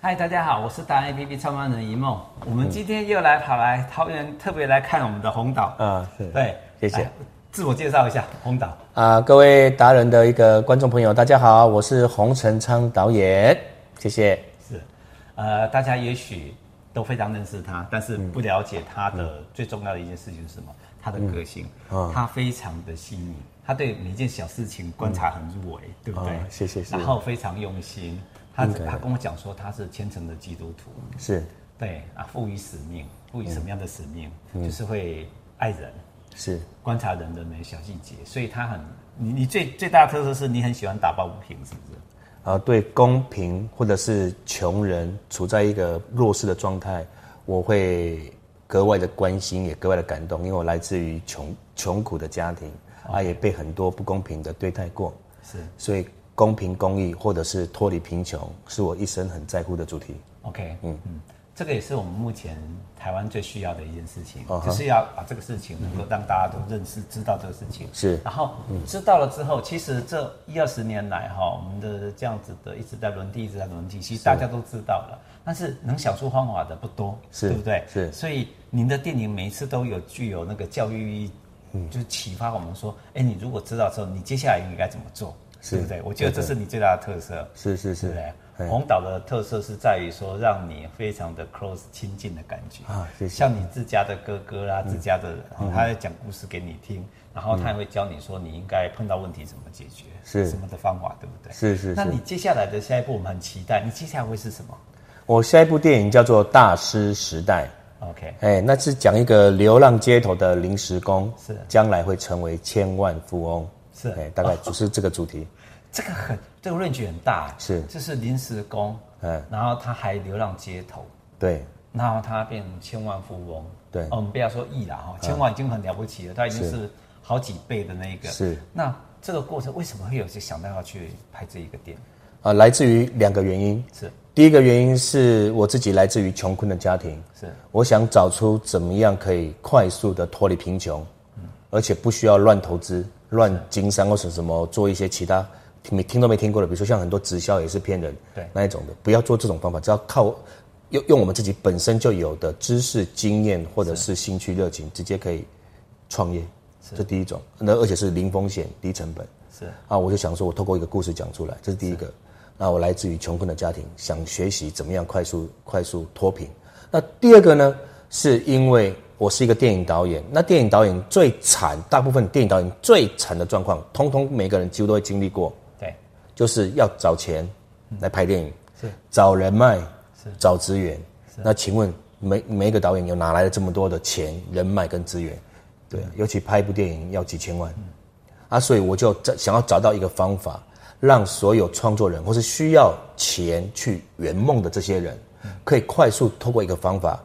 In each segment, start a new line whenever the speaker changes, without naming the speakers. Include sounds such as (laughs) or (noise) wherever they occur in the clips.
嗨，大家好，我是达人 APP 创办人一梦。我们今天又来跑来桃园，特别来看我们的红岛。
啊，是
对，
谢谢
来。自我介绍一下，红岛。
啊，各位达人的一个观众朋友，大家好，我是洪成昌导演，谢谢。
是，呃，大家也许都非常认识他，但是
嗯
不了解他的最重要的一件事情是什么？他的个性，
嗯啊
他非常的细腻，他对每一件小事情观察很入微，对不对？
啊谢谢谢谢
然后非常用心，他
应该
他跟我讲说他是虔诚的基督徒，
是
对啊，赋予使命，赋予什么样的使命？
嗯
就是会爱人，
是
观察人的每个小细节，所以他很。你你最最大的特色是你很喜欢打抱不平，是不是？
啊，对公平或者是穷人处在一个弱势的状态，我会格外的关心，也格外的感动，因为我来自于穷穷苦的家庭，啊，也被很多不公平的对待过，
是
所以公平公益或者是脱离贫穷，是我一生很在乎的主题。
OK，嗯嗯，这个也是我们目前台湾最需要的一件事情，就是要把这个事情能够让大家都认识、知道这个事情。
是
然后知道了之后，其实这一二十年来哈，我们的这样子的一直在轮替，一直在轮替，其实大家都知道了，但是能想出方法的不多，
是
对不对？
是
所以您的电影每一次都有具有那个教育意义，就启发我们说，哎，你如果知道之后，你接下来应该怎么做，对不对？我觉得这是你最大的特色。
是是
对
是
不，
哎
对？红岛的特色是在于说，让你非常的 close 亲近的感觉
啊谢谢嗯
像你自家的哥哥啦、自家的人，他在讲故事给你听，然后他也会教你说你应该碰到问题怎么解决，
是
什么的方法，对不对？
是是
那
是
你接下来的下一步，我们很期待，你接下来会是什么
我下一部电影叫做《大师时代》。
？OK，
哎，那是讲一个流浪街头的临时工，
是
将来会成为千万富翁，
是
哎，大概就是这个主题，
这个很这个 range 很大，
是
就是临时工，
嗯，
然后他还流浪街头，
对，
然后他变成千万富翁。
对嗯
哦我们不要说亿了哈，千万已经很了不起了，他已经是好几倍的那个。
是。
那这个过程为什么会有些想到要去拍这一个电影？
啊，来自于两个原因，
是
第一个原因是我自己来自于穷困的家庭，
是
我想找出怎么样可以快速的脱离贫穷，而且不需要乱投资、乱经商或是什么做一些其他没听都没听过的，比如说像很多直销也是骗人，
对
那一种的，不要做这种方法，只要靠用用我们自己本身就有的知识、经验或者是兴趣、热情，直接可以创业，这第一种，那而且是零风险、低成本。
是
啊，我就想说，我透过一个故事讲出来，这是第一个。那我来自于穷困的家庭，想学习怎么样快速快速脱贫。那第二个呢，是因为我是一个电影导演，那电影导演最惨，大部分电影导演最惨的状况，通通每个人几乎都会经历过，
对
就是要找钱来拍电影，找人脉，找资源。那请问每每一个导演有哪来的这么多的钱、人脉跟资源？对，尤其拍一部电影要几千万，啊，所以我就找想要找到一个方法，让所有创作人或是需要钱去圆梦的这些人，可以快速透过一个方法，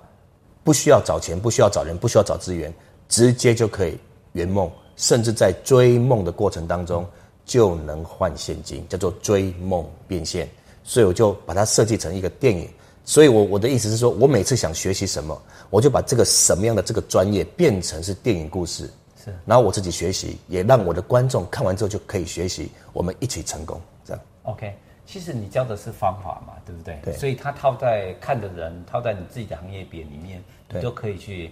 不需要找钱，不需要找人，不需要找资源，直接就可以圆梦，甚至在追梦的过程当中就能换现金，叫做追梦变现。所以我就把它设计成一个电影。所以我我的意思是说，我每次想学习什么，我就把这个什么样的这个专业变成是电影故事。
是，
嗯然后我自己学习，也让我的观众看完之后就可以学习，我们一起成功，这样
OK。其实你教的是方法嘛，对不对？
对
所以它套在看的人，套在你自己的行业别里面，你都可以去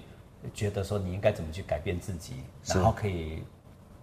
觉得说你应该怎么去改变自己，然后可以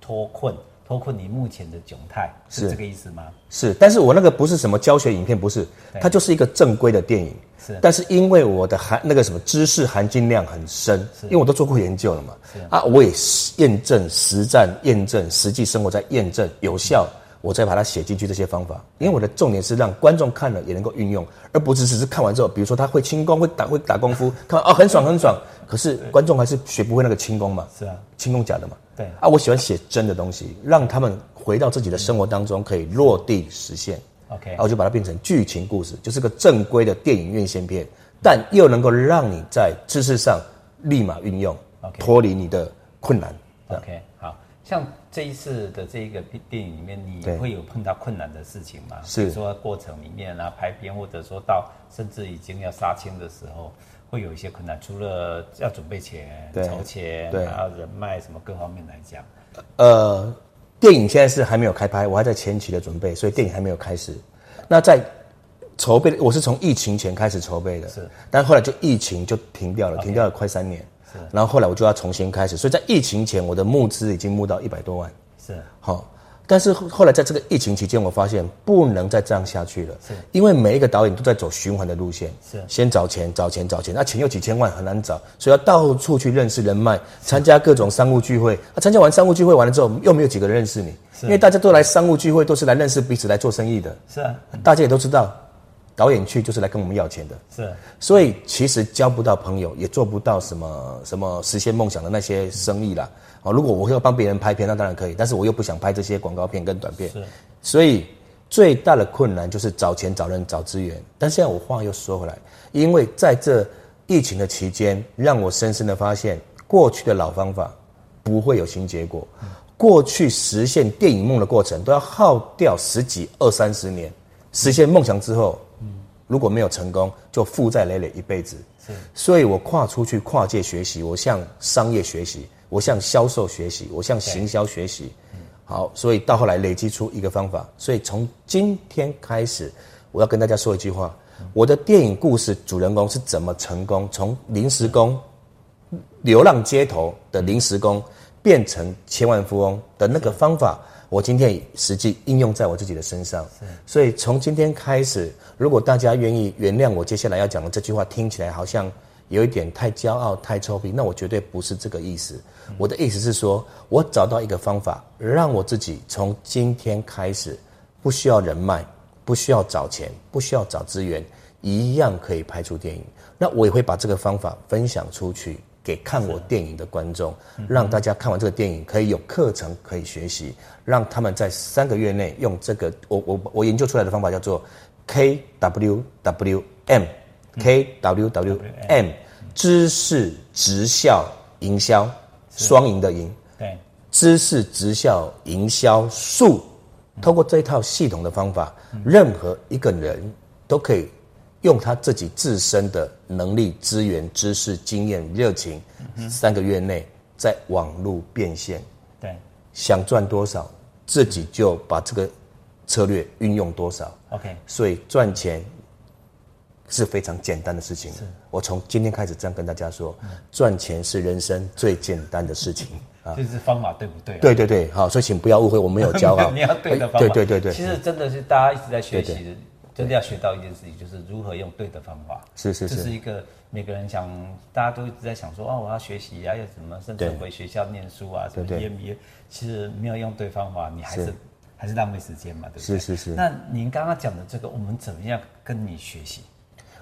脱困，脱困你目前的窘态，是
是
这个意思吗？
是。但是我那个不是什么教学影片，不是，它就是一个正规的电影。
是
但是因为我的含那个什么知识含金量很深，因为我都做过研究了嘛，啊，我也实验证、实战验证、实际生活在验证有效，我再把它写进去这些方法。因为我的重点是让观众看了也能够运用，而不是只是看完之后，比如说他会轻功、会打会打功夫，看完哦很爽很爽，可是观众还是学不会那个轻功嘛，
是啊，
轻功假的嘛。
对
啊，我喜欢写真的东西，让他们回到自己的生活当中可以落地实现。啊
OK
然后我就把它变成剧情故事，就是个正规的电影院线片，但又能够让你在知识上立马运用
OK
脱离你的困难。
OK，好像这一次的这一个电影里面，你
对
会有碰到困难的事情吗？
是
比如说过程里面啊，排片或者说到甚至已经要杀青的时候，会有一些困难。除了要准备钱、
对
筹钱，
对
然后人脉什么各方面来讲，
呃，电影现在是还没有开拍，我还在前期的准备，所以电影还没有开始。那在筹备，我是从疫情前开始筹备的，
是，
但后来就疫情就停掉了，停掉了快三年，
是
然后后来我就要重新开始，所以在疫情前我的募资已经募到一百多万，
是
好、但是后来在这个疫情期间，我发现不能再这样下去了，
是
因为每一个导演都在走循环的路线，
是
先找钱，找钱，找钱，那、钱有几千万很难找，所以要到处去认识人脉，参加各种商务聚会，啊，参加完商务聚会完了之后，又没有几个人认识你，因为大家都来商务聚会，都是来认识彼此，来做生意的，
是啊
大家也都知道，导演去就是来跟我们要钱的，
是啊
所以其实交不到朋友，也做不到什么什么实现梦想的那些生意啦。哦，如果我要帮别人拍片，那当然可以，但是我又不想拍这些广告片跟短片，
是
所以最大的困难就是找钱、找人、找资源。但现在我话又说回来，因为在这疫情的期间，让我深深的发现，过去的老方法不会有新结果。过去实现电影梦的过程都要耗掉十几、二三十年，实现梦想之后，如果没有成功，就负债累累一辈子。
是
所以我跨出去跨界学习，我向商业学习，我向销售学习，我向行销学习。好，所以到后来累积出一个方法。所以从今天开始，我要跟大家说一句话：我的电影故事主人公是怎么成功，从临时工、流浪街头的临时工变成千万富翁的那个方法，我今天实际应用在我自己的身上。所以从今天开始，如果大家愿意原谅我接下来要讲的这句话，听起来好像有一点太骄傲、太臭屁，那我绝对不是这个意思。我的意思是说，我找到一个方法，让我自己从今天开始不需要人脉，不需要找钱，不需要找资源，一样可以拍出电影。那我也会把这个方法分享出去，给看我电影的观众，让大家看完这个电影可以有课程可以学习，让他们在三个月内用这个我我我研究出来的方法叫做 K W W M K W W M 知识直销营销双赢的赢。
对
知识直销营销术，通过这一套系统的方法，任何一个人都可以用他自己自身的能力、资源、知识、经验、热情，三个月内在网络变现，
对
想赚多少，自己就把这个策略运用多少。
，OK
所以赚钱是非常简单的事情。我从今天开始这样跟大家说，赚钱是人生最简单的事情。
就是方法对不对啊？
对对对，好，所以请不要误会，我没有骄
(laughs)
傲。
你要对的方法。
哎对对对对，
其实真的是大家一直在学习的，真的要学到一件事情，就是如何用对的方法。
是是是
这是一个每个人想，大家都一直在想说哦，我要学习啊，要怎么，甚至
对
回学校念书啊，什么
对对
EMBA，其实没有用对方法，你还是。还是浪费时间嘛，对不对？
是是是
那您刚刚讲的这个，我们怎么样跟你学习？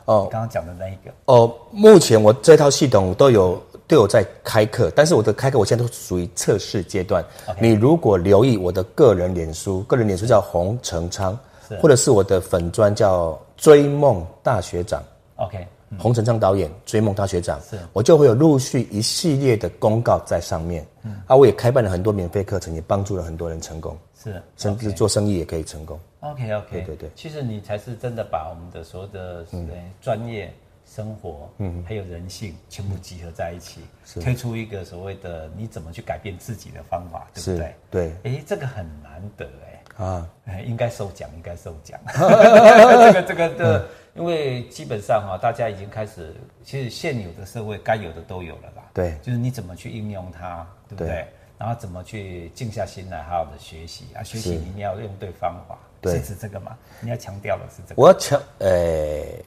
哦
刚刚讲的那一个，
哦，目前我这套系统都有都有在开课，但是我的开课我现在都属于测试阶段。你如果留意我的个人脸书，个人脸书叫洪成昌，或者是我的粉砖叫追梦大学长。
OK，
洪成昌导演《追梦大学长》，我就会有陆续一系列的公告在上面。
嗯
啊，我也开办了很多免费课程，也帮助了很多人成功，
是
甚至做生意也可以成功。
OK OK，对
对对嗯
其实你才是真的把我们的所有的呃专业、生活，嗯，还有人性全部集合在一起，推出一个所谓的你怎么去改变自己的方法，对不
是
对？
对
哎，这个很难得哎。
啊，
哎，应该受奖，应该受
(laughs)
奖。这个这个的，因为基本上哈、大家已经开始，其实现有的社会该有的都有了啦。
对
就是你怎么去应用它，对不对？
对
然后怎么去静下心来，好好的学习啊！学习
是
你一定要用对方法，
对
是指这个嘛？你要强调的是这个，
我要强，呃，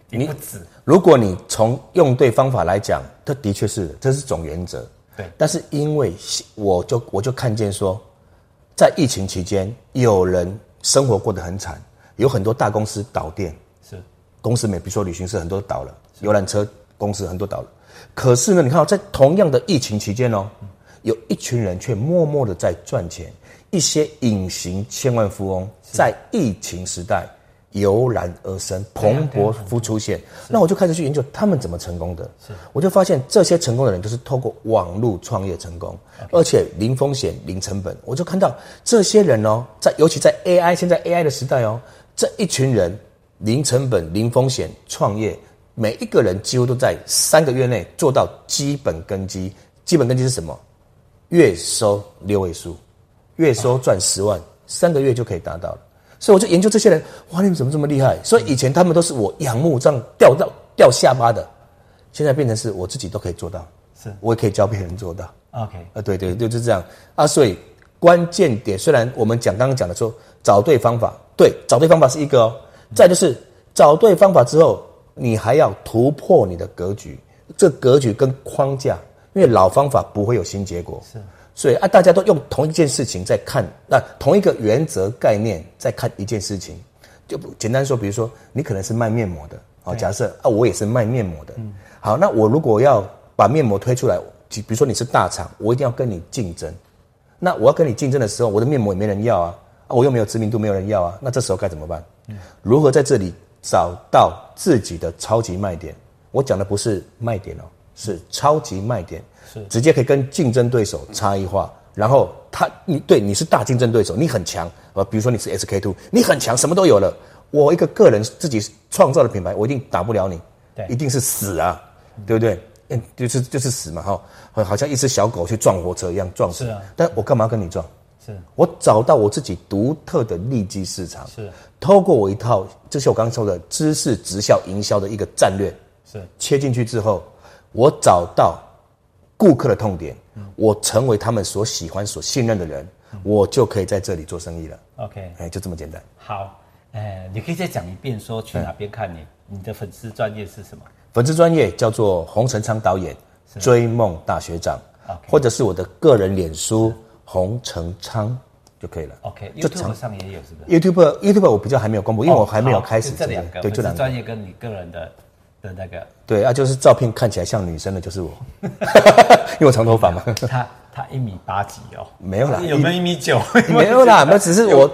你
你
不止
如果你从用对方法来讲，这的确是这是总原则。
对
但是因为我就我就看见说，在疫情期间，有人生活过得很惨，有很多大公司倒店，
是
公司美，比如说旅行社很多都倒了，游览车公司很多倒了。可是呢，你看、哦，在同样的疫情期间哦，有一群人却默默的在赚钱，一些隐形千万富翁在疫情时代油然而生，蓬勃复出现。那我就开始去研究他们怎么成功的，我就发现这些成功的人就是透过网络创业成功，而且零风险、零成本。我就看到这些人哦，在尤其在 AI 现在 AI 的时代哦，这一群人零成本、零风险创业，每一个人几乎都在三个月内做到基本根基。基本根基是什么？月收六位数，月收赚十万，三个月就可以达到了。所以我就研究这些人，哇，你们怎么这么厉害？所以以前他们都是我仰慕这样掉到掉下巴的，现在变成是我自己都可以做到，
是
我也可以教别人做到。
OK，
啊，对对对，就是这样啊。所以关键点，虽然我们讲刚刚讲的说找对方法，对，找对方法是一个哦。再就是找对方法之后，你还要突破你的格局，这格局跟框架，因为老方法不会有新结果。
是，
所以啊，大家都用同一件事情在看，那、同一个原则概念在看一件事情，就不简单说，比如说你可能是卖面膜的，哦，假设啊，我也是卖面膜的，好，那我如果要把面膜推出来，比比如说你是大厂，我一定要跟你竞争，那我要跟你竞争的时候，我的面膜也没人要啊，啊，我又没有知名度，没有人要啊，那这时候该怎么办？如何在这里找到自己的超级卖点？我讲的不是卖点哦，是超级卖点，
是
直接可以跟竞争对手差异化。然后他，你对你是大竞争对手，你很强，呃，比如说你是 SK two，你很强，什么都有了。我一个个人自己创造的品牌，我一定打不了你，
对
一定是死啊，对不对？嗯，就是就是死嘛，哈，好好像一只小狗去撞火车一样撞死。
是啊
但我干嘛跟你撞？
是
我找到我自己独特的利基市场，
是
透过我一套，这是我刚刚说的知识直销营销的一个战略，
是
切进去之后，我找到顾客的痛点，
嗯
我成为他们所喜欢、所信任的人，我就可以在这里做生意了。
OK，
哎，就这么简单。
好，呃，你可以再讲一遍，说去哪边看你？你的粉丝专业是什么？
粉丝专业叫做洪成昌导演追梦大学长
OK，
或者是我的个人脸书洪成昌就可以了。就
OK，YouTube
常
上也有是不是？
YouTube YouTube 我比较还没有公布，因为我还没有
哦好
开始
就这两个
对，这
粉
两
丝
个
专业跟你个人的的那个，
对啊，就是照片看起来像女生的就
(laughs)
是我，因为我长头发嘛。
他他一米八几哦，
没有啦
(laughs) 有没有一米九？
没有啦，那只是我，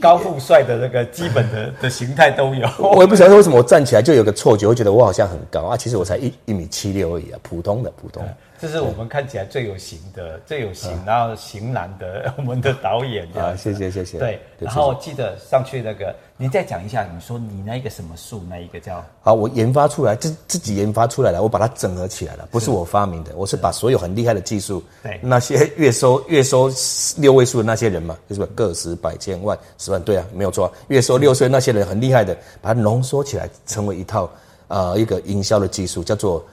高富帅的那个基本的 (laughs) 的形态都有。
我也不晓得为什么我站起来就有个错觉，会觉得我好像很高啊，其实我才一一米七六而已啊，普通的普通的。
这是我们看起来最有型的、最有型，然后型男的我们的导演这样
嗯啊谢谢谢谢
对，
对
然后记得上去那个，你再讲一下，你说你那一个什么树，那一个叫
好，我研发出来，自自己研发出来了，我把它整合起来了，不是我发明的，我是把所有很厉害的技术，
对
那些 (laughs) 月收月收六位数的那些人嘛，就是个十百千万十万，对啊，没有错啊、月收六岁那些人很厉害的，把它浓缩起来，成为一套呃一个营销的技术，叫做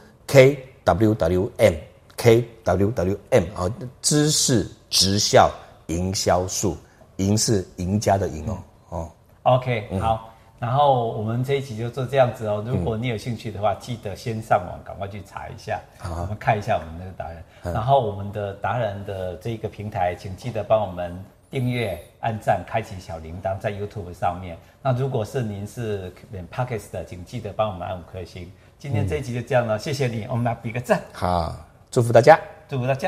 KWWM KWWM 啊，知识直效营销术，赢是赢家的赢哦、哦。
OK，、好。然后我们这一集就做这样子哦。如果你有兴趣的话，记得先上网赶快去查一下，我们看一下我们那个达人。然后我们的达人的这个平台，请记得帮我们订阅、按赞、开启小铃铛，在 YouTube 上面。那如果是您是 p o c k e t 的，请记得帮我们按五颗星。今天这一集就这样了，谢谢你，我们来比个赞，
好，祝福大家。
祝福大家。